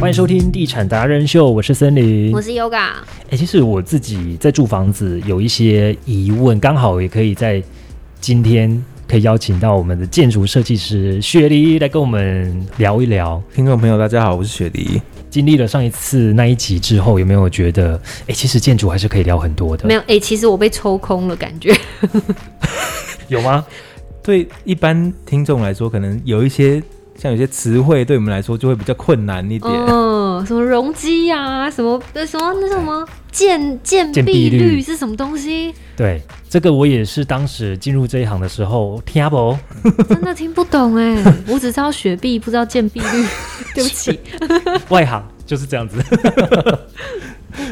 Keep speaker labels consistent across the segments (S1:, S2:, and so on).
S1: 欢迎收听《地产达人秀》，我是森林。
S2: 我是 Yoga，
S1: 哎、其实我自己在住房子有一些疑问，刚好也可以在今天可以邀请到我们的建筑设计师雪梨来跟我们聊一聊。
S3: 听众朋友，大家好，我是雪梨。
S1: 经历了上一次那一集之后，有没有觉得，哎、其实建筑还是可以聊很多的？
S2: 没有哎、其实我被抽空了，感觉
S1: 有吗？
S3: 对一般听众来说，可能有一些像有些词汇，对我们来说就会比较困难一点。
S2: 嗯，什么容积啊，什么呃什么那什么建建
S1: 建
S2: 蔽
S1: 蔽率
S2: 率是什么东西，
S1: 对，这个我也是当时进入这一行的时候听不。
S2: 真的听不懂哎、 我只知道雪碧，不知道建蔽率，对不起，
S1: 外行就是这样子。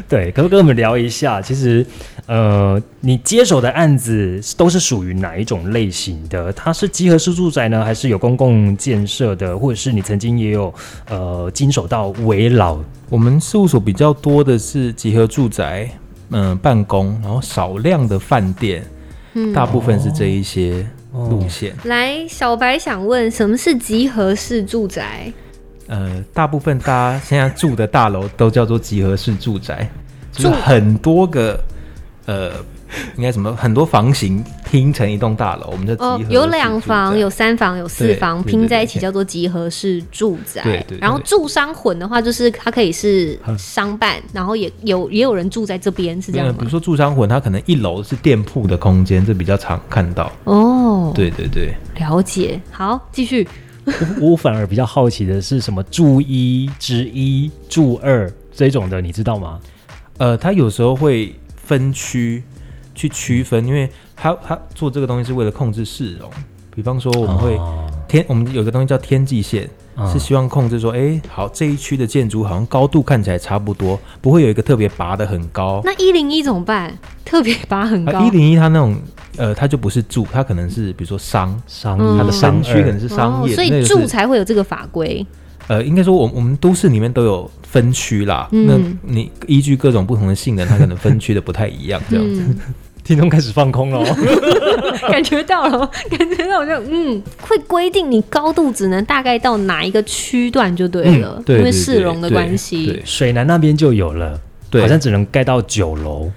S1: 对，可不可以跟我们聊一下？其实，呃，你接手的案子都是属于哪一种类型的？它是集合式住宅呢，还是有公共建设的，或者是你曾经也有呃经手到围老？
S3: 我们事务所比较多的是集合住宅，嗯、办公，然后少量的饭店，
S2: 嗯，
S3: 大部分是这一些
S1: 哦
S3: 路线。
S2: 来，小白想问，什么是集合式住宅？
S3: 呃，大部分大家现在住的大楼都叫做集合式住宅，就是
S2: 住
S3: 很多个呃，应该什么很多房型拼成一栋大楼，我们叫集合
S2: 哦
S3: 式住，宅。
S2: 有两房，有三房，有四
S3: 对
S2: 房，
S3: 对
S2: 拼
S3: 对
S2: 在一
S3: 对
S2: 起叫做集合式住宅。
S3: 对对对嗯
S2: 然后住商混的话，就是它可以是商办，然后也有也有人住在这边，是这
S3: 没
S2: 样
S3: 有，比
S2: 吗
S3: 如？说住商混，它可能一楼是店铺的空间，这比较常看到。
S2: 哦，，
S3: 对对对，
S2: 了解。好，继续。
S1: 我我反而比较好奇的是什么住一、之一、住二这种的，你知道吗？
S3: 呃，它有时候会分区去区分，因为它它做这个东西是为了控制市容。比方说，我们会、
S1: 哦
S3: 天，我们有个东西叫天际线，
S1: 嗯
S3: 是希望控制说，哎、好，这一区的建筑好像高度看起来差不多，不会有一个特别拔的很高。
S2: 那一零一怎么办？特别拔很高
S3: 啊，一，零一它那种，呃，它就不是住，它可能是比如说商，
S1: 商
S2: 嗯哦
S1: 一、
S3: 它的
S1: 商
S3: 商区可
S1: 二
S3: 能是商业，
S2: 所
S3: 那
S2: 以
S3: 个
S2: 住
S3: 是
S2: 才会有这个法 规。
S3: 呃，应该说我们我们都市里面都有分区啦。
S2: 嗯
S3: 那你依据各种不同的性能，它可能分区的不 太一样，这样子。
S2: 嗯，
S1: 听众开始放空了 哦。
S2: 感觉到了，感觉到我就嗯，会规定你高度只能大概到哪一个区段就对了，
S3: 嗯对
S2: 因为
S3: 对
S2: 市
S3: 对
S2: 容的
S3: 对
S2: 关系。
S3: 对
S1: 水南那边就有了，
S3: 对
S1: 好像只能盖到九楼。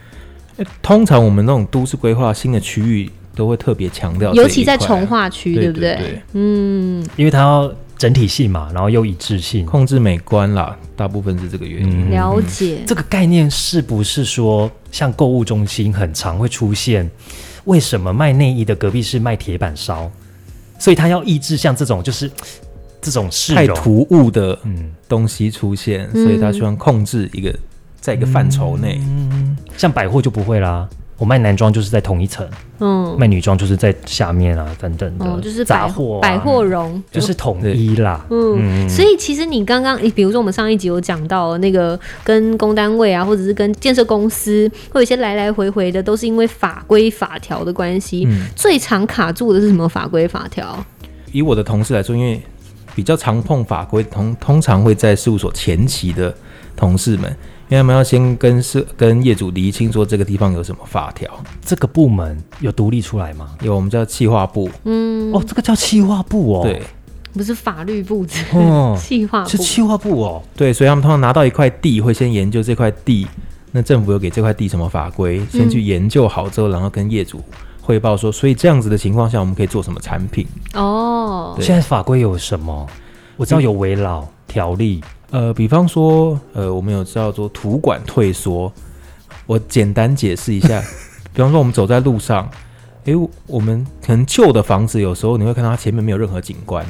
S3: 诶通常我们那种都市规划新的区域都会特别强调这一块啊，
S2: 尤其在从化区，
S3: 对
S2: 对不
S3: 对对
S2: 嗯，
S1: 因为它要整体性嘛，然后又一致性。
S3: 控制美观啦，大部分是这个原
S1: 嗯
S3: 因。
S2: 了解。
S1: 这个概念是不是说，像购物中心很常会出现？为什么卖内衣的隔壁是卖铁板烧？所以它要抑制像这种就是这种市
S3: 太
S1: 容，
S3: 突兀的
S1: 嗯，
S3: 东西出现，所
S2: 嗯
S3: 以他希望控制一个在一个范畴
S1: 嗯
S3: 内。
S1: 像百货就不会啦。我卖男装就是在同一层，
S2: 嗯，
S1: 卖女装就是在下面啊，等等的。
S2: 哦，就是百
S1: 杂
S3: 啊
S1: 货、啊
S2: 百货，容。
S1: 就是统一啦。
S2: 嗯，所以其实你刚刚，你比如说我们上一集有讲到那个跟公单位啊，或者是跟建设公司，会有一些来来回回的，都是因为法规法条的关系。
S3: 嗯哦
S2: 最常卡住的是什么法规法条？
S3: 以我的同事来说，因为比较常碰法规，通通常会在事务所前期的同事们，因为他们要先跟是跟业主厘清说这个地方有什么法条，
S1: 这个部门有独立出来吗？
S3: 有我们叫企划部，
S2: 嗯，
S1: 哦，这个叫企划部哦。
S3: 对，
S2: 不是法律部之类的
S1: 哦
S2: 企划部
S1: 是企划部哦。
S3: 对，所以他们通常拿到一块地，会先研究这块地，那政府有给这块地什么法规，先去研究好之后，然后跟业主汇报说，所以这样子的情况下，我们可以做什么产品？
S2: 哦，
S3: 对
S1: 现在法规有什么？我知道有围绕条例，
S3: 呃，比方说，呃，我们有叫做土管退缩，我简单解释一 下。比方说，我们走在路上，诶，我们可能旧的房子有时候你会看到它前面没有任何景观，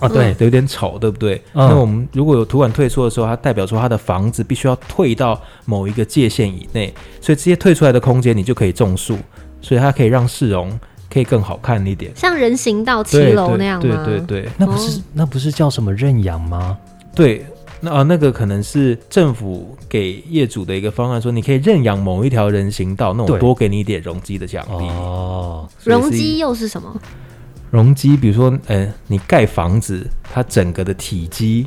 S1: 啊，对，
S3: 有点丑，对不对？
S1: 嗯
S3: 那我们如果有土管退缩的时候，它代表说它的房子必须要退到某一个界限以内，所以这些退出来的空间你就可以种树，所以它可以让市容可以更好看一点。
S2: 像人行道七
S3: 对
S2: 楼
S3: 对
S2: 那样
S3: 对
S2: 吗？
S3: 对对
S1: 那不是、那不是叫什么认养吗？
S3: 对，那啊、那个可能是政府给业主的一个方案，说你可以认养某一条人行道，那
S1: 对
S3: 我多给你一点容积的奖励。
S1: 哦，
S3: 所以
S2: 容
S3: 是
S2: 积又是什么？
S3: 容积，比如说，呃，你盖房子，它整个的体积，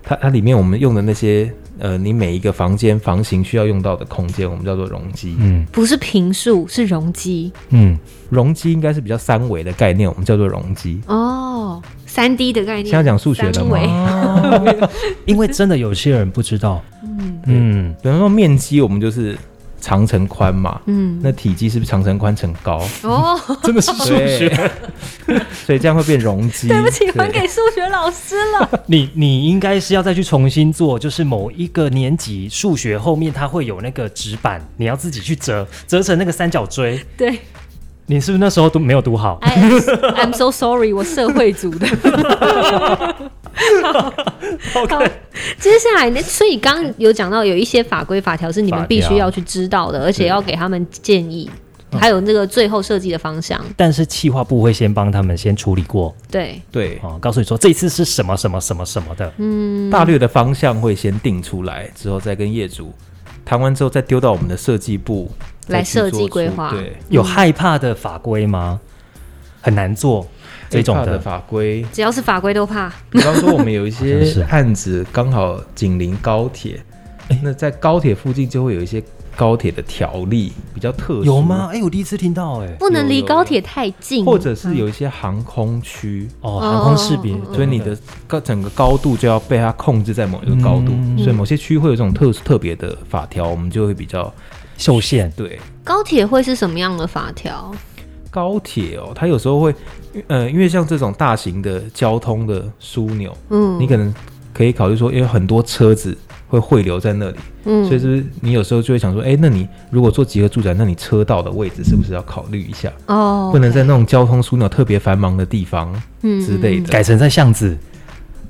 S3: 它它里面我们用的那些，呃，你每一个房间房型需要用到的空间，我们叫做容积。
S1: 嗯
S2: 不是平数，是容积
S1: 嗯，
S3: 容积应该是比较三维的概念，我们叫做容积。
S2: 哦。三 D 的概
S3: 现在
S2: 念，
S3: 讲数学的
S2: 三
S3: 嘛
S2: 维，
S1: 因为真的有些人不知道，嗯
S3: 比方说面积，我们就是长乘宽嘛，
S2: 嗯，
S3: 那体积是不是长乘宽乘高？
S2: 哦，
S1: 真的是数学。
S3: 所以这样会变容 积。
S2: 对不起，还
S3: 对
S2: 给数学老师了。
S1: 你你应该是要再去重新做，就是某一个年级数学后面它会有那个纸板，你要自己去折，折成那个三角锥。
S2: 对
S1: 你是不是那时候都没有读 好？
S2: ，I am I'm so sorry，我社会组 的。好，好接下来呢？所以刚刚有讲到有一些法规法条是你们必
S1: 法
S2: 须
S1: 条
S2: 要去知道的，而且要给他们建议，
S3: 嗯
S2: 还有那个最后设计的方向。
S1: 但是企划部会先帮他们先处理过
S2: 对，
S3: 对，
S1: 啊、哦告诉你说这次是什么什么什么什么的，
S2: 嗯
S3: 大略的方向会先定出来，之后再跟业主谈完之后，再丢到我们的设计部
S2: 来
S3: 再去做
S2: 设计
S3: 出
S2: 规划
S3: 对，
S1: 有害怕的法规吗？很难做这种
S3: APA 的
S1: 的，
S3: 法 规，
S2: 只要是法规都怕。
S3: 比方说我们有一
S1: 好像是哎
S3: 些案子刚好紧邻高铁，那在高铁附近就会有一些高铁的条例比较特殊，
S1: 有吗？？哎、我第一次听到、哎，
S2: 不能离
S3: 有有
S2: 高铁太近，
S3: 或者是有一些航空区。
S1: 哦，航空识别
S2: 哦哦，
S3: 所以你的高整个高度就要被它控制在某一个高度，
S1: 嗯
S3: 所以某些区会有这种特特别的法条，我们就会比较
S1: 受限，
S3: 对
S2: 高铁会是什么样的法条？
S3: 高铁哦，它有时候会，呃，因为像这种大型的交通的枢纽，
S2: 嗯，
S3: 你可能可以考虑说，因为很多车子会汇流在那里，所以
S2: 嗯
S3: 是不是你有时候就会想说，哎、那你如果做集合住宅，那你车道的位置是不是要考虑一下，
S2: 哦，
S3: 不能在那种交通枢纽特别繁忙的地方
S2: 嗯
S3: 之类的？
S1: 改成在巷子，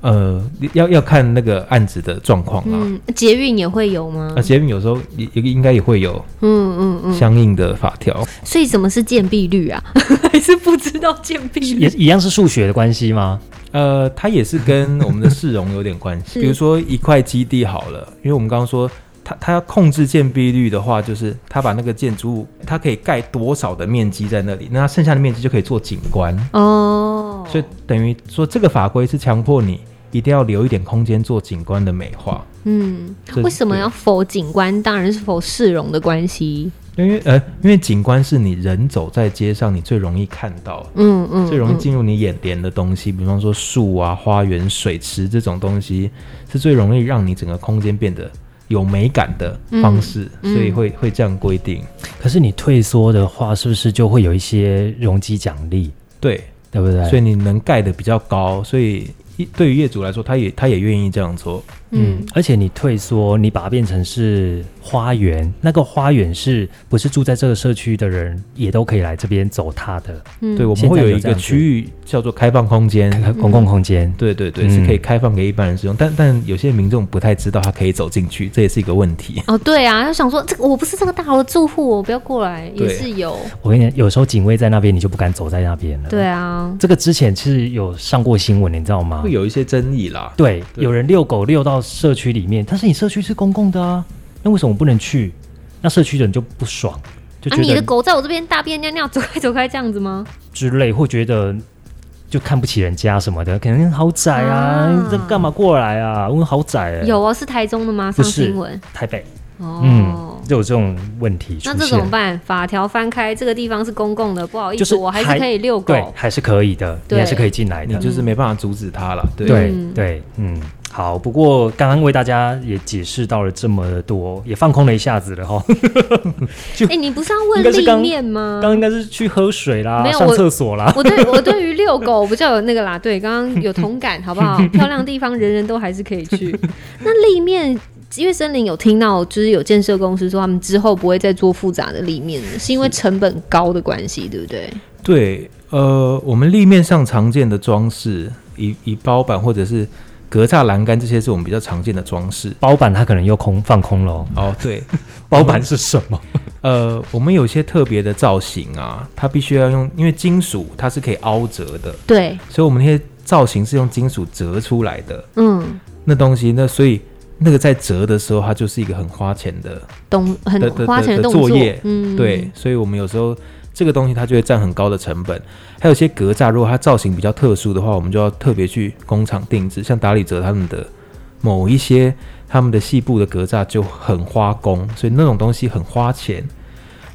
S3: 呃，要要看那个案子的状况啦。
S2: 嗯，捷运也会有吗
S3: 那？捷运有时候也也应该也会有
S2: 嗯嗯嗯，
S3: 相应的法条，
S2: 所以怎么是建蔽率啊？ 还是不知道建蔽
S1: 也
S2: 率？
S1: 一样是数学的关系吗？
S3: 呃，它也是跟我们的市容有点关系。
S2: 是
S3: 比如说一块基地好了，因为我们刚刚说它它要控制建蔽率的话，就是它把那个建筑物它可以盖多少的面积在那里，那它剩下的面积就可以做景观。
S2: 哦，
S3: 所以等于说这个法规是强迫你一定要留一点空间做景观的美化。
S2: 嗯，
S3: 这
S2: 为什么要否景观？当然是否市容的关系。
S3: 因为呃，因为景观是你人走在街上你最容易看到、
S2: 嗯嗯，
S3: 最容易
S2: 嗯
S3: 进入你眼帘的东西，比方说树啊、花园、水池这种东西，是最容易让你整个空间变得有美感的方式，
S2: 嗯
S3: 所以会会这样规定。
S1: 可是你退缩的话，是不是就会有一些容积奖励，
S3: 对，
S1: 对不对？
S3: 所以你能盖的比较高，所以一对于业主来说，他也他也愿意这样做。
S1: 嗯，而且你退缩，你把它变成是花园，那个花园是不是住在这个社区的人也都可以来这边走它的
S2: 嗯
S3: 对，我们
S1: 现在
S3: 会有
S1: 有
S3: 一
S1: 这
S3: 个
S1: 样子
S3: 区域叫做开放空间，
S1: 公共空间？
S3: 对对对，
S1: 嗯
S3: 是可以开放给一般人使用，但但有些民众不太知道他可以走进去，这也是一个问题。
S2: 哦，对啊，他想说这个我不是这个大楼的住户，我不要过来，也
S3: 对
S2: 是有，
S1: 我跟你讲，有时候警卫在那边，你就不敢走在那边了。
S2: 对，啊，
S1: 这个之前是有上过新闻，你知道吗
S3: 会？有一些争议啦。
S1: 对，
S3: 对
S1: 有人遛狗遛到社区里面，但是你社区是公共的啊，那为什么不能去？那社区的人就不爽，就
S2: 啊，
S1: 觉
S2: 你的
S1: 得
S2: 狗在我这边大便尿尿，走开走开，这样子吗？
S1: 之类，会觉得就看不起人家什么的，可能豪宅啊，
S2: 啊
S1: 你这干嘛过来啊？问豪宅、欸、
S2: 有啊，是台中的吗？
S1: 不
S2: 上
S1: 是
S2: 新闻
S1: 台北，
S2: 哦
S1: 嗯。，就有这种问题出
S2: 那
S1: 现。
S2: 这怎么办？法条翻开，这个地方是公共的，不好意思，
S1: 就是
S2: 我还是
S1: 还
S2: 可以遛
S1: 对
S2: 狗，。
S1: 还是可以的，你
S2: 对
S1: 还是可以进来
S3: 你
S1: 的。
S3: 就是没办法阻止他了，对
S1: 对
S2: 嗯
S1: 对，嗯，好。不过刚刚为大家也解释到了这么多，也放空了一下子了哈。
S2: 哎、你不是要问
S1: 应该是
S2: 历
S1: 刚
S2: 练吗
S1: 刚？刚应该是去喝水啦
S2: 没，有
S1: 上
S2: 我
S1: 厕所啦。
S2: 我对我对于遛狗比较有那个啦，对，刚刚有同感，好不 好？漂亮的地方人人都还是可以去。那立面，因为森林有听到，就是有建设公司说他们之后不会再做复杂的立面了，是因为成本高的关系，对不对？
S3: 对，呃，我们立面上常见的装饰，以以包板或者是格栅栏杆，这些是我们比较常见的装饰。
S1: 包板它可能又空放空了哦，
S3: 哦，对，
S1: 包板是什么？
S3: 呃，我们有些特别的造型啊，它必须要用，因为金属它是可以凹折的，
S2: 对，
S3: 所以我们那些造型是用金属折出来的。
S2: 嗯，
S3: 那东西，那所以那个在折的时候，它就是一个很花钱的，
S2: 懂很
S3: 的的
S2: 花钱
S3: 的
S2: 动
S3: 作
S2: 作，
S3: 业
S2: 嗯，
S3: 对，，所以我们有时候这个东西它就会占很高的成本。还有一些格栅，如果它造型比较特殊的话，我们就要特别去工厂定制。像打理哲他们的某一些他们的细部的格栅就很花工，所以那种东西很花钱。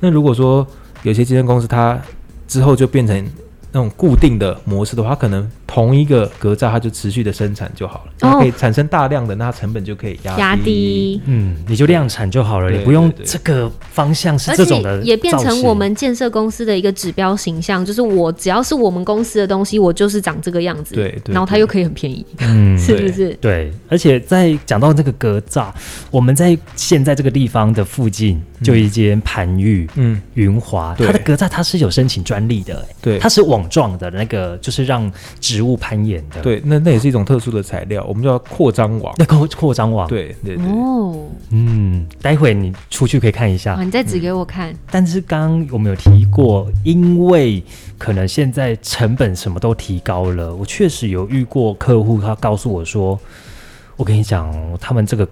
S3: 那如果说有些健身公司它之后就变成那种固定的模式的话，它可能同一个格栅它就持续的生产就好了，它可以产生大量的，那它成本就可以压
S2: 哦压低。
S1: 嗯，你就量产就好了，
S3: 对
S1: 你不用
S3: 对对
S1: 这个方向是
S2: 而
S1: 这
S2: 且
S1: 种的，
S2: 也变成我。们建设公司的一个指标形象，就是我只要是我们公司的东西，我就是长这个样子。
S3: 对对
S2: 然后它
S3: 对
S2: 又可以很便宜，
S1: 嗯，
S2: 是不是？
S1: 对，而且在讲到这个格栅，我们在现在这个地方的附近就有一间盘玉。
S3: 嗯，
S1: 云华，
S3: 对
S1: 它的格栅它是有申请专利的、欸
S3: 对
S1: 它是网状的那个，就是让植物攀岩的，，
S3: 对，那那也是一种特殊的材料，我们叫扩张网。
S1: 那个扩张网，，
S3: 对对对，
S2: 哦，
S1: 嗯，待会你出去可以看一下
S2: 哇，。你再指给我看，
S1: 但是刚刚我们有提过，因为可能现在成本什么都提高了，我确实有遇过客户，他告诉我说，我跟你讲哦，他们这个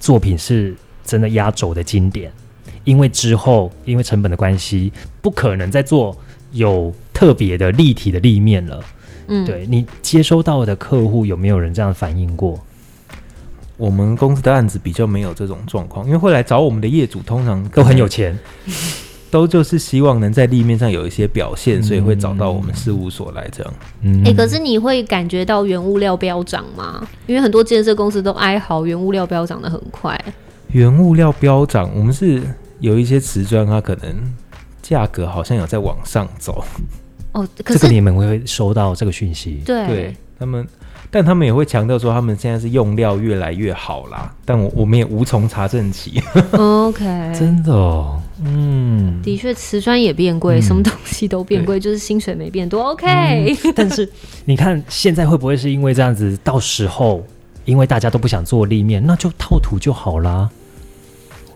S1: 作品是真的压轴的经典，因为之后因为成本的关系，不可能再做有特别的立体的立面了。
S2: 嗯，，
S1: 对你接收到的客户有没有人这样反映过？
S3: 我们公司的案子比较没有这种状况，因为会来找我们的业主通常
S1: 都很有，钱，
S3: 都就是希望能在立面上有一些表现，所以会找到我们
S1: 嗯
S3: 事务所来这样。
S1: 嗯，
S2: 哎、可是你会感觉到原物料飙涨吗？因为很多建设公司都哀嚎原物料飙涨的很快，
S3: 原物料飙涨，我们是有一些瓷砖，它可能价格好像有在往上走，
S2: 哦，可
S1: 这
S2: 是
S1: 个你们会收到这个讯息，
S2: 对
S3: 对他们，但他们也会强调说他们现在是用料越来越好啦，但我我们也无从查证起。
S2: o k
S1: 真的哦，嗯，
S2: 的确，瓷砖也变贵，
S1: 嗯
S2: 什么东西都变贵，就是薪水没变多。OK，、
S1: 嗯但是你看现在会不会是因为这样子，到时候因为大家都不想做立面，那就套图就好啦？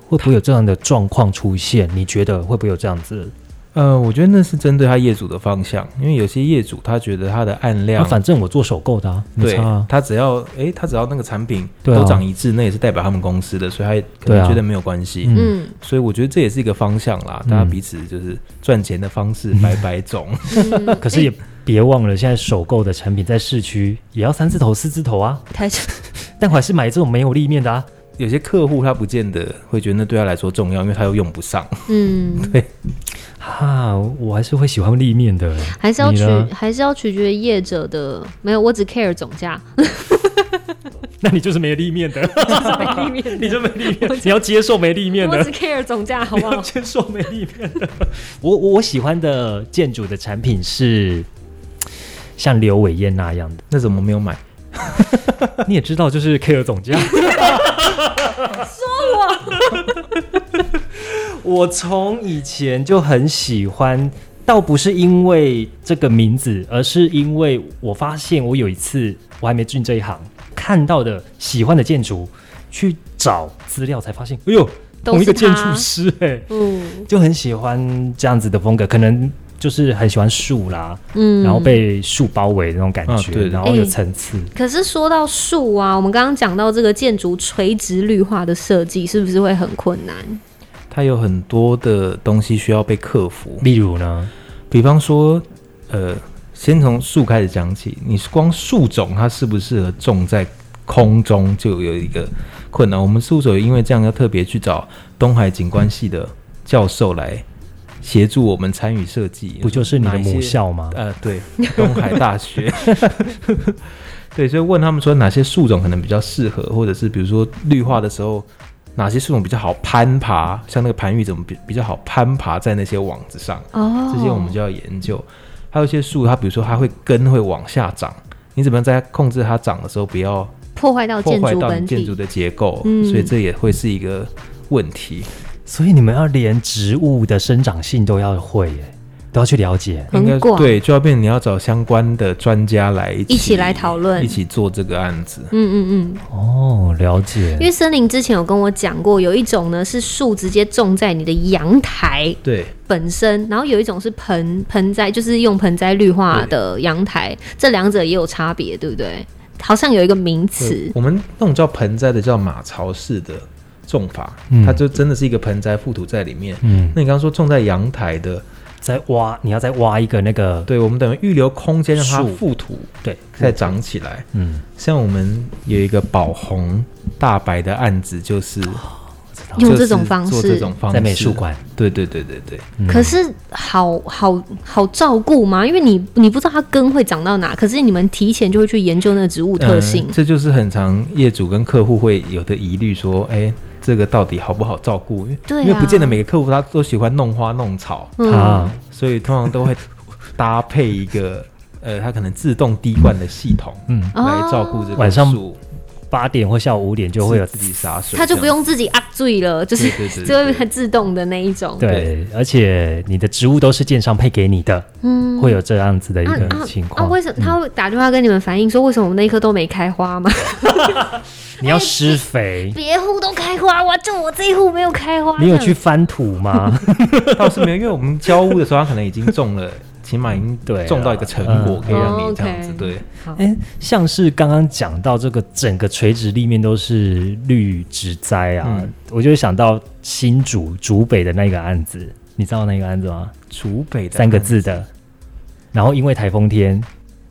S1: 会不会有这样的状况出现？你觉得会不会有这样子？
S3: 呃，我觉得那是针对他业主的方向，因为有些业主他觉得他的按
S1: 那、
S3: 量，
S1: 啊反正我做手购的、啊，没
S3: 对
S1: 差啊，
S3: 他只要诶，他只要那个产品
S1: 对啊
S3: 都长一致，那也是代表他们公司的，所以他也可
S1: 对啊
S3: 能觉得没有关系。
S1: 嗯
S2: 嗯，
S3: 所以我觉得这也是一个方向啦，大家
S1: 嗯
S3: 彼此就是赚钱的方式百百 种。
S2: 嗯
S1: 可是也别忘了，现在手购的产品在市区也要三字头、四字头啊，
S2: 台
S1: 但我还是买这种没有立面的啊。
S3: 有些客户他不见得会觉得那对他来说重要，因为他又用不上。
S2: 嗯，
S1: 哈、我还是会喜欢立面的。欸
S2: 还是要
S1: 你
S2: 取
S1: 呢，
S2: 还是要取决于业者的。没有，我只 care 总价，
S1: 那你就是没立面的，
S2: 没立面
S1: 你就没立面，你要接受没立面的。
S2: 我只 care 总 价，好不
S1: 你
S2: 好
S1: 要？接受没立面的。 我我我喜欢的建筑的产品是像刘伟燕那样的，
S3: 那怎么没有买？
S1: 你也知道，就是 care 总 价。说 我，我从以前就很喜欢。倒不是因为这个名字，而是因为我发现我有一次我还没进这一行，看到的喜欢的建筑，去找资料才发现，哎呦，
S2: 都
S1: 同一
S2: 是
S1: 个建
S2: 他
S1: 筑师哎、
S2: 嗯
S1: 就很喜欢这样子的风格，可能就是很喜欢树啦，
S2: 嗯，
S1: 然后。被树包围的那种感觉，
S3: 啊对
S1: 然后有层次。
S2: 可是说到树啊，我们刚刚讲到这个建筑垂直绿化的设计，是不是会很困难？
S3: 它有很多的东西需要被克服，
S1: 例如呢，
S3: 比方说，呃，先从树开始讲起，你光树种它适不适合种在空中就有一个困难。我们事务所因为这样要特别去找东海景观系的教授来协助我们参与设计，
S1: 不就是你的
S3: 哪一些
S1: 母校吗？
S3: 呃，对，东海大学。 对，所以问他们说哪些树种可能比较适合，或者是比如说绿化的时候，哪些树种比较好攀爬，像那个盘玉怎么比比较好攀爬在那些网子上，
S2: 哦，
S3: 这些我们就要研究。还有一些树，它比如说它会根会往下长，你怎么样在控制它长的时候不要
S2: 破坏到哦
S3: 破
S2: 建
S3: 坏
S2: 筑
S3: 到你
S2: 本
S3: 建筑
S2: 体。
S3: 的结构，
S2: 嗯
S3: 所以这也会是一个问题。
S1: 所以你们要连植物的生长性都要会耶，都要去了解。
S2: 很
S3: 应该
S2: 广
S3: 对，就要变成你要找相关的专家来一
S2: 一起来讨论
S3: 一起做这个案子。
S2: 嗯嗯嗯，
S1: 哦，了
S2: 因
S1: 解。
S2: 为森林之前有跟我讲过，有一种呢是树直接种在你的阳台
S3: 对，
S2: 本身，然后有一种是盆盆栽，就是用盆栽绿化的阳台，这两者也有差别，对不对？好像有一个名
S3: 对
S2: 词，
S3: 我们那种叫盆栽的叫马槽式的种法，
S1: 嗯
S3: 它就真的是一个盆栽覆土在里面。
S1: 嗯，
S3: 那你刚刚说种在阳台的，
S1: 再挖，你要再挖一个那个，
S3: 对我们等于预留空间让它
S1: 树
S3: 覆土
S1: 对，
S3: 再长起来。
S1: 嗯，
S3: 像我们有一个宝红大白的案子，就是
S2: 用
S3: 就
S2: 这
S3: 是
S2: 种方
S3: 做
S2: 式
S3: 这种方式
S1: 在美术，馆，
S3: 对对对对对，
S1: 嗯
S2: 可是好好好照顾吗？因为你你不知道它根会长到哪，可是你们提前就会去研究那个植物特性
S3: 嗯，这就是很常业主跟客户会有的疑虑，说，哎，这个到底好不好照顾？因为
S2: 对啊嗯
S3: 因为不见得每个客户他都喜欢弄花弄草，
S1: 啊，
S3: 所以通常都会搭配一个呃，它可能自动滴灌的系统
S1: 嗯，
S3: 来照顾这个
S2: 哦
S1: 晚上
S3: 树
S1: 八点或下午五点就会有
S3: 自己洒水这样，
S2: 它就不用自己啊醉了，就是
S3: 对对对对
S2: 就会自动的那一种。
S1: 对，而且你的植物都是建商配给你的，
S2: 嗯
S1: 会有这样子的一
S2: 啊
S1: 个
S2: 啊
S1: 情况。
S2: 啊！为什么他会打电话跟你们反映说，为什么我们那一棵都没开花吗？
S1: 你
S2: 哎
S1: 要施肥？
S2: 别户都开花哇，就我这一户没有开花。
S1: 你有
S2: 这
S1: 去
S2: 样
S1: 翻土 吗？
S3: 倒是没有，因为我们交屋的时候，它可能已经种了，起码已经
S1: 对啊
S3: 种到一个成果，
S1: 嗯
S3: 可以让
S2: 哦
S3: 你这样子
S2: OK
S3: 对。
S1: 哎、像是刚刚讲到这个整个垂直立面都是绿植栽啊，
S3: 嗯
S1: 我就会想到新竹竹北的那个案子，你知道那个案子吗？
S3: 竹北的
S1: 三个字的，然后因为台风天，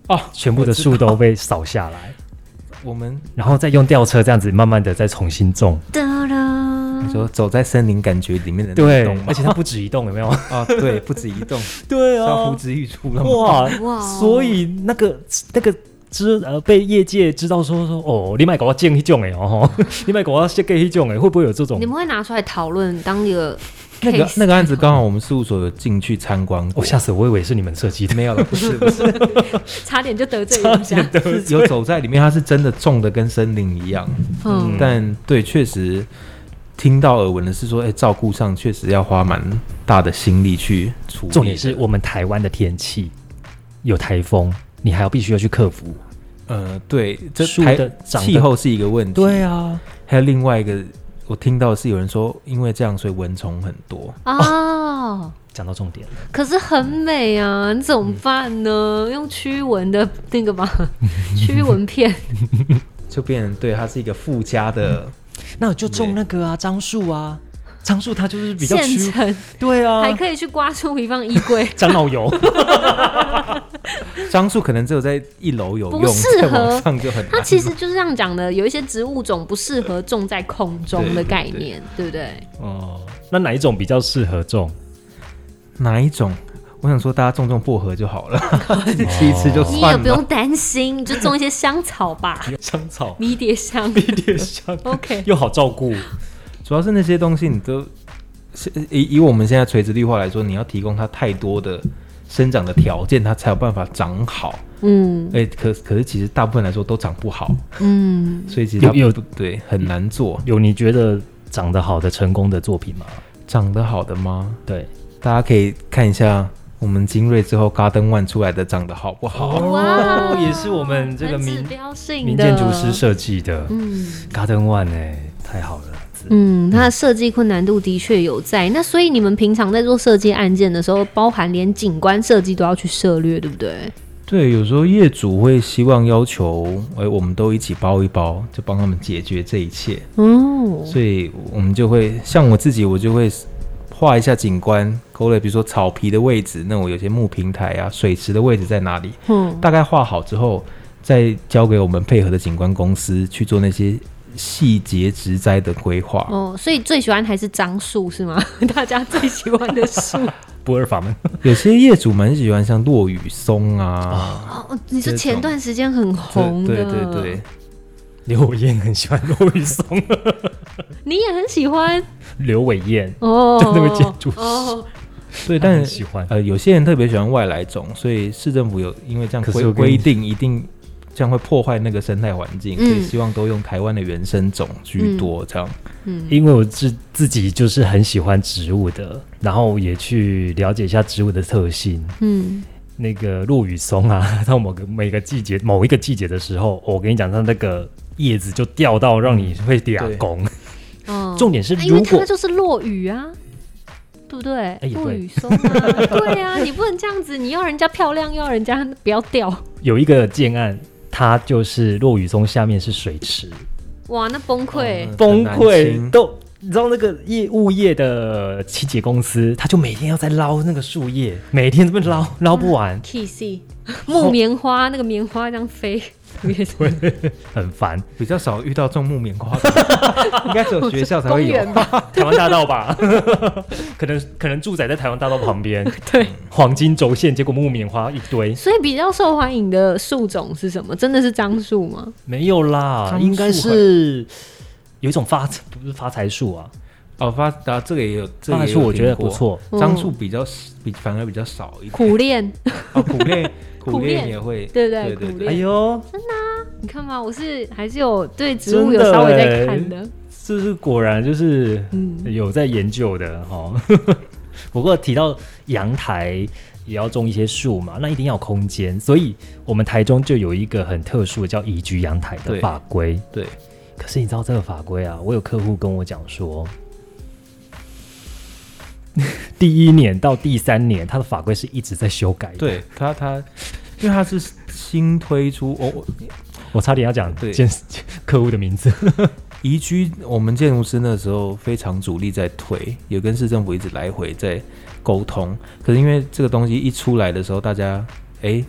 S3: 哦，
S1: 全部的树都被扫下 来，
S3: 我们
S1: 然后再用吊车这样子慢慢的再重新种。
S2: 哒啦
S3: 你说走在森林感觉里面的那
S1: 对
S3: 种，
S1: 而且它不止一栋，有没有？
S3: 啊，对，不止一动，
S1: 对啊
S3: 是要呼，之欲出了吗？
S1: 哦哇
S2: 哇哦
S1: 所以那个那个知呃被业界知道说说哦，你买狗要建一种哎哦，吼你买狗要设计一种哎，会不会有这种
S2: 你？们会拿出来讨论当一个
S3: 那个
S2: case
S3: 那个案子刚好我们事务所有进去参观
S1: 我
S3: 过，
S1: 吓死我，我以为是你们设计的。
S3: 没有了，不是不是，
S2: 差点就得罪人家。
S3: 是有走在里面，它是真的种的跟森林一样，
S2: 嗯，
S3: 但对，确实听到耳闻的是说，哎、照顾上确实要花蛮大的心力去处理的。
S1: 重点是我们台湾的天气有台风，你还要必须要去克服。
S3: 呃，对，这
S1: 树
S3: 台
S1: 的长得
S3: 气候是一个问题。
S1: 对啊，
S3: 还有另外一个，我听到是有人说，因为这样所以蚊虫很多。
S2: 哦，
S1: 讲到重点了，
S2: 可是很美啊，你怎么办呢？
S1: 嗯
S2: 用驱蚊的 那个吧，驱蚊片。
S3: 就变成对它是一个附加的，
S1: 那就种那个啊，樟树啊，樟树它就是 比较
S2: 现
S1: 趋，
S2: 成，
S1: 对啊，，
S2: 还可以去刮出一放衣柜
S1: 樟脑油，嗯
S3: 樟树可能只有在一楼有用，
S2: 不适合
S3: 再往上就很难。
S2: 它其实就是这样讲的，有一些植物种不适合种在空中的
S3: 对
S2: 概
S3: 对
S2: 念，对不对？
S1: 哦，那哪一种比较适合种？
S3: 哪一种？我想说，大家种种薄荷就 好了，自己吃一吃就
S2: 你也
S3: 算
S2: 不
S3: 了。
S2: 用担心，你就种一些香草 吧，
S1: 香草、
S2: 迷 迭香。
S1: 迷迭香
S2: OK，
S1: 又好照顾，
S3: 主要是那些东西你都是以以我们现在垂直绿化来说，你要提供它太多的生长的条件，它才有办法长好。
S2: 嗯
S3: 哎、可可是其实大部分来说都长不好，
S2: 嗯，
S3: 所以其实它
S1: 有有
S3: 不对很难做。
S1: 有你觉得长得好的成功的作品吗？
S3: 长得好的吗？
S1: 对，
S3: 大家可以看一下我们精锐之后 Garden One 出来的长得好不好？
S2: 哇
S1: 哦也是我们这个
S2: 很指
S1: 民
S2: 标性
S1: 民
S2: 的
S1: 建筑师设计的
S2: 嗯
S1: Garden One 哎、太好了。
S2: 嗯，它的设计困难度的确有在。那所以你们平常在做设计案件的时候，包含连景观设计都要去涉略，对不对？
S3: 对，有时候业主会希望要求，哎、我们都一起包一包，就帮他们解决这一切。
S2: 哦，
S3: 所以我们就会像我自己，我就会画一下景观，勾勒，比如说草皮的位置，那我有些木平台啊、水池的位置在哪里，
S2: 嗯，
S3: 大概画好之后，再交给我们配合的景观公司去做那些细节植栽的规划。
S2: 哦，所以最喜欢还是樟树是吗？ 大家最喜欢的树
S1: 不二法门，
S3: 有些业主蛮喜欢像落羽松啊，
S2: 哦，你
S3: 这
S2: 是
S3: 种
S2: 前段时间很
S3: 这
S2: 红的，
S3: 对对 对，
S1: 刘燕很喜欢骆玉松，
S2: 你也很喜欢
S1: 刘伟燕
S2: 哦，
S1: 那位建筑师
S2: 哦，
S3: 对，
S1: 他很
S3: 但
S1: 喜欢。
S3: 呃，有些人特别喜欢外来种，所以市政府有因为这样
S1: 可是
S3: 规
S1: 我跟你
S3: 规定一定。这样会破坏那个生态环境，所以
S2: 嗯
S3: 希望都用台湾的原生种居多。这样，
S2: 嗯
S1: 因为我自自己就是很喜欢植物的，然后也去了解一下植物的特性。
S2: 嗯，
S1: 那个落羽松啊，到某个每个季节某一个季节的时候，哦我跟你讲，它那个叶子就掉到让你会俩拱。
S2: 哦
S1: 重点是
S2: 啊因为
S1: 如果
S2: 它就是落雨啊，对不对？
S1: 也
S2: 落
S1: 对
S2: 雨松啊， 对啊，你不能这样子，你要人家漂亮，又要人家不要掉，
S1: 有一个建案，它就是落羽松下面是水池，
S2: 哇，那崩溃。
S3: 嗯
S1: 崩
S3: 很难
S1: 溃
S3: 清
S1: 都。你知道那个业务业的清洁公司，他就每天要在捞那个树叶，每天这么捞捞不完，
S2: K C 木棉花、那个棉花这样飞，我也是
S1: 很 烦。
S3: 比较少遇到众目免夸的， 应该只有学校才
S2: 公
S3: 会有。
S2: 园吧？
S1: 台湾大道吧， 可能可能住宅在台湾大道旁边，
S2: 对，
S1: 黄金轴线，结果木棉花一堆，
S2: 所以比较受欢迎的树种是什么？真的是樟树吗？
S1: 没有啦，
S3: 樟树
S1: 应该是有一种发不是发财树啊，
S3: 哦，发达、这个也有，这
S1: 发
S3: 个
S1: 财
S3: 也有
S1: 树我觉得
S3: 听过
S1: 不。错，
S2: 嗯
S3: 樟树比较比反而比较少一点。
S2: 苦练，
S3: 哦，苦 练苦
S2: 苦练
S3: 练也会，
S2: 对不对
S3: 对对
S2: 苦
S3: 对
S2: 练
S1: 哎呦，
S2: 你看嘛，我是还是有对植物
S1: 真
S2: 有
S1: 的
S2: 稍微在
S1: 欸
S2: 看的。
S1: 这是果然就是
S2: 嗯，
S1: 有在研究的哈。 不过提到阳台，也要种一些树嘛，那一定要有空间，所以我们台中就有一个很特殊的叫宜居阳台的
S3: 对
S1: 法规。
S3: 对，
S1: 可是你知道这个法规啊？我有客户跟我讲说， 第一年到第三年，他的法规是一直在修改的。，
S3: 对他他，因为他是新推出哦，
S1: 我差点要讲
S3: 对
S1: 见客户的名字。
S3: 宜居我们建筑师那时候非常主力在推，也跟市政府一直来回在沟通。可是因为这个东西一出来的时候，大家哎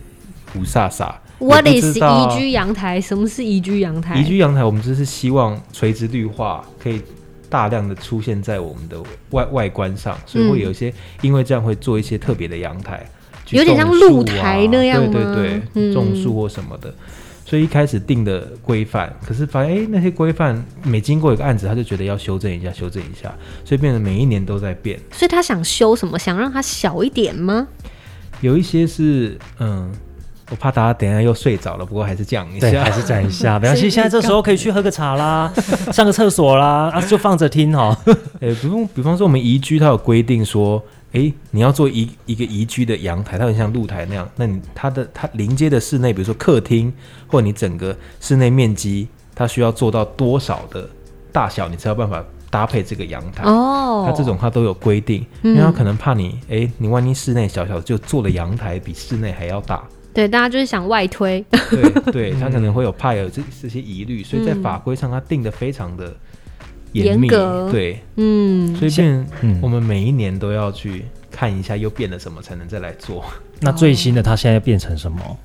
S3: 五煞煞。
S2: What
S3: 也不
S2: is
S3: 知道
S2: 宜居阳台？什么是宜居阳台？
S3: 宜居阳台，我们就是希望垂直绿化可以大量的出现在我们的外外观上，所以会有一些、因为这样会做一些特别的阳台，
S2: 嗯
S3: 去
S2: 有点像
S3: 种树啊
S2: 露台那样
S3: 对
S2: 吗
S3: 对
S2: 嗯
S3: 对，种树或什么的。所以一开始定的规范，可是发现哎、诶那些规范每经过一个案子，他就觉得要修正一下，修正一下，所以变得每一年都在变。
S2: 所以他想修什么？想让它小一点吗？
S3: 有一些是嗯，我怕大家等一下又睡着了，不过还是讲一
S1: 对，
S3: 下
S1: 还。是站一 下，没关
S2: 所以
S1: 系。现在这时候可以去喝个茶啦，上个厕所啦，啊，就放着听哦。
S3: 呃，比方比方说，我们宜居它有规定说，诶，你要做一一个宜居的阳台，它很像露台那样。那你它的它临街的室内，比如说客厅，或你整个室内面积，它需要做到多少的大小，你才有办法搭配这个阳台。
S2: 哦，嗯
S3: 它这种它都有规定，因为它可能怕你，诶，你万一室内小小的就做了阳台比室内还要大，
S2: 对大家就是想外推，
S3: 对对，它可能会有怕有这这些疑虑，所以在法规上它定的非常的
S2: 嗯严
S3: 密，
S2: 格
S3: 对，
S2: 嗯，
S3: 所以变，
S1: 嗯
S3: 我们每一年都要去看一下又变了什么，才能再来做。
S1: 那最新的它现在变成什么？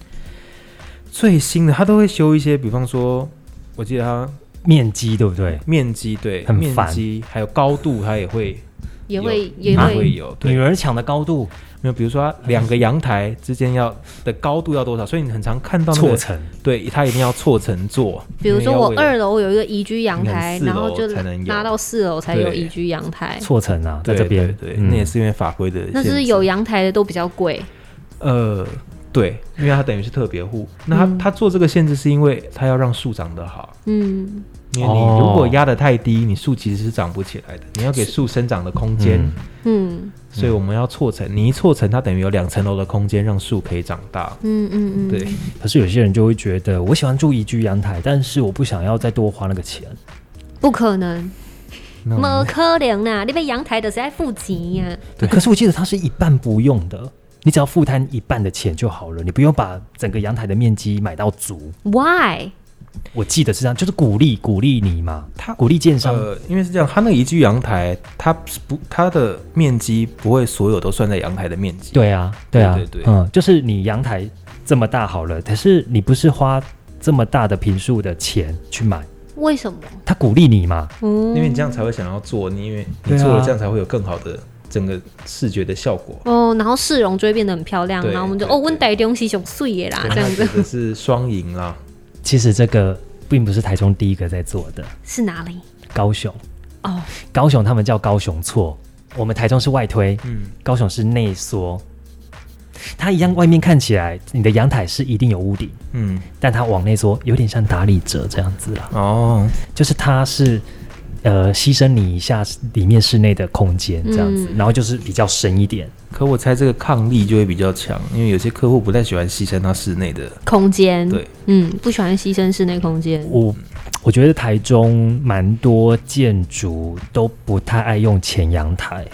S3: 最新的它都会修一些，比方说，我记得它
S1: 面积对不对？
S3: 面积对，
S1: 很
S3: 面
S1: 烦
S3: 积还有高度，它也会
S2: 也
S3: 有
S2: 会也
S3: 它
S1: 啊
S3: 会
S2: 会
S3: 有对
S1: 女。儿墙的高度
S3: 没有，比如说它两个阳台之间要的高度要多少，所以你很常看到、那
S1: 错
S3: 个，
S1: 层，
S3: 对，它一定要错层做。
S2: 比如
S3: 因为
S2: 说
S3: 要
S2: 我
S3: 为了
S2: 二楼有一个宜居阳台，
S3: 你
S2: 然
S3: 看
S2: 后就
S3: 四楼才能有
S2: 拉到四楼才有
S3: 对
S2: 宜居阳台。
S1: 错层啊，在
S3: 对
S1: 这边
S3: 对，对
S1: 嗯
S3: 那也是因为法规的限制。
S2: 那是不是有阳台的都比较贵，
S3: 呃，对，因为它等于是特别户。那它、它做这个限制是因为它要让树长得好。
S2: 嗯，
S3: 因为你
S1: 哦
S3: 如果压得太低，你树其实是长不起来的。你要给树生长的空间，
S1: 嗯
S2: 嗯
S3: 所以我们要错层。你一错层，它等于有两层楼的空间让树可以长大。
S2: 嗯嗯嗯，
S3: 对，
S1: 可是有些人就会觉得，我喜欢住宜居阳台，但是我不想要再多花那个钱。
S2: 不可能，
S3: 那我
S2: 没
S3: 们
S2: 可能啦！那边阳台的谁在付钱啊呀、
S3: 对
S1: 可是我记得它是一半不用的，你只要负担一半的钱就好了，你不用把整个阳台的面积买到足。
S2: w h y
S1: 我记得是这样，就是鼓励鼓励你嘛，
S3: 它
S1: 鼓励建商。
S3: 呃，因为是这样，它那个一居阳台，它是不它的面积不会所有都算在阳台的面积。
S1: 对啊，对啊，
S3: 对对对
S1: 嗯，就是你阳台这么大好了，可是你不是花这么大的平数的钱去买，
S2: 为什么？
S1: 他鼓励你嘛，
S2: 嗯，
S3: 因为你这样才会想要做，你因为
S1: 对
S3: 你
S1: 啊
S3: 做了这样才会有更好的整个视觉的效果。
S2: 哦，然后市容就会变得很漂亮，
S3: 对
S2: 然后我们就
S3: 对
S2: 哦，
S3: 对
S2: 温台东西熊碎耶啦，
S3: 对
S2: 这样子
S3: 它指的是双赢啦。
S1: 其实这个并不是台中第一个在做的，
S2: 是哪里？
S1: 高雄，
S2: 哦，
S1: 高雄他们叫高雄错，我们台中是外推，
S3: 嗯，
S1: 高雄是内缩。它一样，外面看起来你的阳台是一定有屋顶，
S3: 嗯，
S1: 但它往内缩，有点像打理者这样子啦，
S3: 哦，
S1: 就是它是呃牺牲你一下里面室内的空间这样子，
S2: 嗯
S1: 然后就是比较深一点。
S3: 可我猜这个抗力就会比较强，因为有些客户不太喜欢牺牲他室内的。
S2: 空间，
S3: 对，
S2: 嗯，不喜欢牺牲室内空间，
S1: 我我觉得台中蛮多建筑都不太爱用前阳台，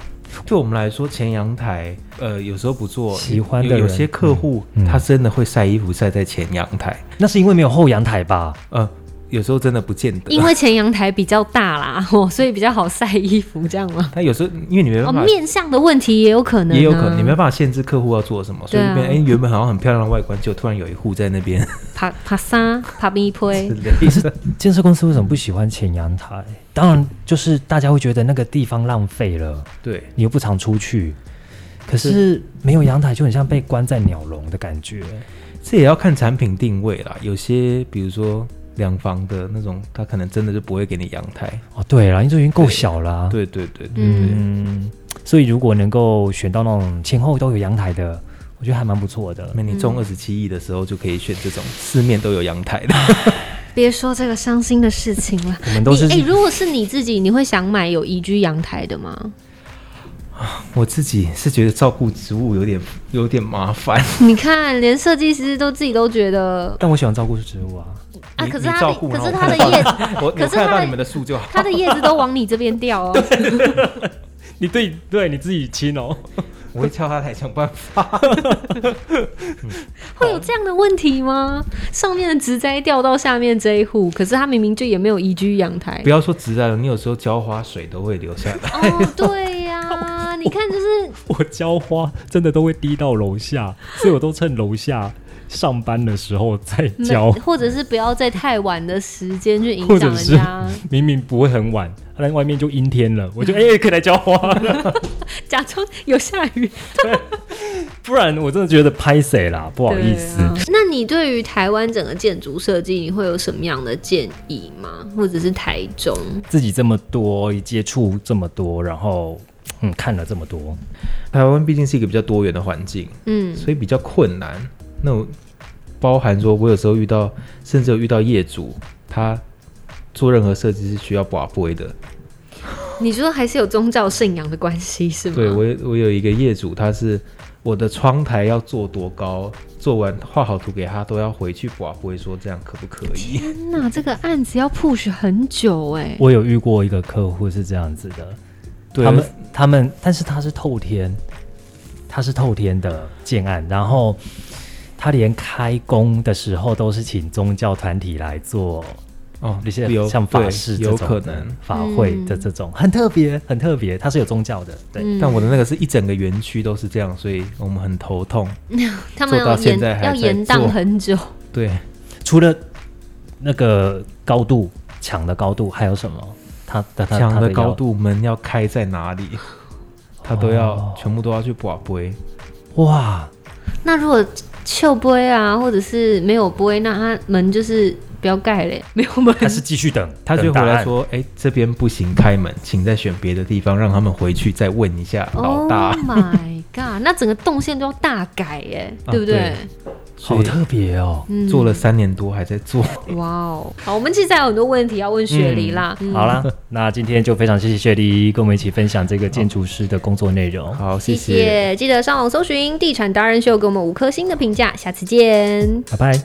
S3: 对我们来说，前阳台，呃，有时候不做，
S1: 喜欢的
S3: 有有
S1: 人
S3: 些客户、
S1: 嗯嗯
S3: 他真的会晒衣服晒在前阳台，
S1: 那是因为没有后阳台吧？
S3: 呃，有时候真的不见得
S2: 因。为前阳台比较大啦， 哦，所以比较好晒衣服，这样吗？
S3: 他有时候因为你没
S2: 哦，
S3: 办法，
S2: 面向的问题也有可能、啊，
S3: 也有可能你没办法限制客户要做什么，所
S2: 对
S3: 以
S2: 啊
S3: 那边哎原本好像很漂亮的外观，就突然有一户在那边
S2: 爬爬山、爬冰
S3: 之
S2: 坡。
S3: 类的。
S1: 建设公司为什么不喜欢前阳台？当然，就是大家会觉得那个地方浪费了，
S3: 对，
S1: 你又不常出去。可是没有阳台，就很像被关在鸟笼的感觉。
S3: 这也要看产品定位啦。有些比如说两房的那种，他可能真的就不会给你阳台。
S1: 哦，对了，因为这已经够小了、啊。
S3: 对对对，
S2: 嗯，
S1: 嗯，所以如果能够选到那种前后都有阳台的，我觉得还蛮不错的
S3: 那。你中二十七亿的时候就可以选这种四面都有阳台的。
S2: 别说这个伤心的事情了。
S1: 我们都是
S2: 你哎、如果是你自己，你会想买有宜居阳台的吗？
S3: 我自己是觉得照顾植物有点有点麻烦。
S2: 你看，连设计师都自己都觉得
S1: 但我喜欢照顾植物啊。
S2: 啊，
S3: 你
S2: 可是
S3: 你
S2: 他
S3: 照
S2: 的，
S3: 顾
S2: 可是
S3: 然后
S2: 他的
S3: 我看
S2: 叶，
S3: 我
S2: 可
S3: 我
S2: 是它
S3: 看
S2: 的
S3: 到你们的树就好。
S2: 他的叶子都往你这边掉哦。
S1: 你对对你自己亲哦，
S3: 我会敲他台想办法。
S2: 会有这样的问题吗？上面的植栽掉到下面这一户，可是他明明就也没有宜居阳台
S3: 不。要说直男了，你有时候浇花水都会流下来。
S2: 哦，对呀、你看就是
S1: 我浇花真的都会滴到楼下，所以我都趁楼下上班的时候再浇，
S2: 或者是不要在太晚的时间去影
S1: 或
S2: 响
S1: 者
S2: 人
S1: 是
S2: 家，
S1: 明明不会很晚，但外面就阴天了，我就哎、可以来浇花 了，
S2: 假装有下雨。
S1: 不然我真的觉得拍谁啦，不好意思。
S2: 对啊那你对于台湾整个建筑设计，你会有什么样的建议吗？或者是台中？
S1: 自己这么多，接触这么多，然后嗯看了这么多，
S3: 台湾毕竟是一个比较多元的环境，
S2: 嗯
S3: 所以比较困难。那我包含说，我有时候遇到，甚至有遇到业主，他做任何设计是需要把杯的。
S2: 嗯你说还是有宗教信仰的关系是吗？
S3: 对我，有，我有一个业主，他是我的窗台要做多高，做完画好图给他，都要回去把杯，说这样可不可以？
S2: 天哪，这个案子要 push 很久哎、
S1: 我有遇过一个客户是这样子的，
S3: 对
S1: 他们他们，但是他是透天，他是透天的建案，然后他连开工的时候都是请宗教团体来做
S3: 哦，
S1: 那些
S3: 有
S1: 像法
S3: 对
S1: 事这
S3: 有
S1: 种
S3: 可
S1: 的
S3: 能。
S1: 法会的这种，很特别，很特别，它是有宗教的，对。
S2: 嗯
S3: 但我的那个是一整个园区都是这样，所以我们很头痛。
S2: 他们
S3: 做
S2: 要
S3: 到现在
S2: 延
S3: 还
S2: 要
S3: 在
S2: 延宕
S3: 做
S2: 很久。
S3: 对，
S1: 除了那个高度墙的高度，还有什么？它的它
S3: 墙
S1: 它
S3: 的
S1: 的
S3: 高
S1: 要
S3: 度、门要开在哪里，他都要、
S1: 哦
S3: 全部都要去把杯。
S1: 哇，
S2: 那如果秀杯啊，或者是没有杯，那它门就是不要盖嘞，没有门。
S1: 还是继续等，
S3: 他就
S1: 等
S3: 回
S1: 答
S3: 来
S1: 案
S3: 说：“哎、这边不行，开门，请再选别的地方，让他们回去再问一下老
S2: oh
S3: 大。
S2: my god！那整个动线都要大改哎、
S3: 啊
S2: 对不对
S3: 对？
S1: 好特别哦。
S2: 嗯
S3: 做了三年多还在做，
S2: 哇哦！好，我们其实还有很多问题要问雪梨啦。嗯
S1: 好啦，那今天就非常谢谢雪梨跟我们一起分享这个建筑师的工作内容。
S3: 好，
S2: 谢
S3: 谢
S2: 谢，记得上网搜寻“地产达人秀”，给我们五颗星的评价，下次见。
S1: 拜拜。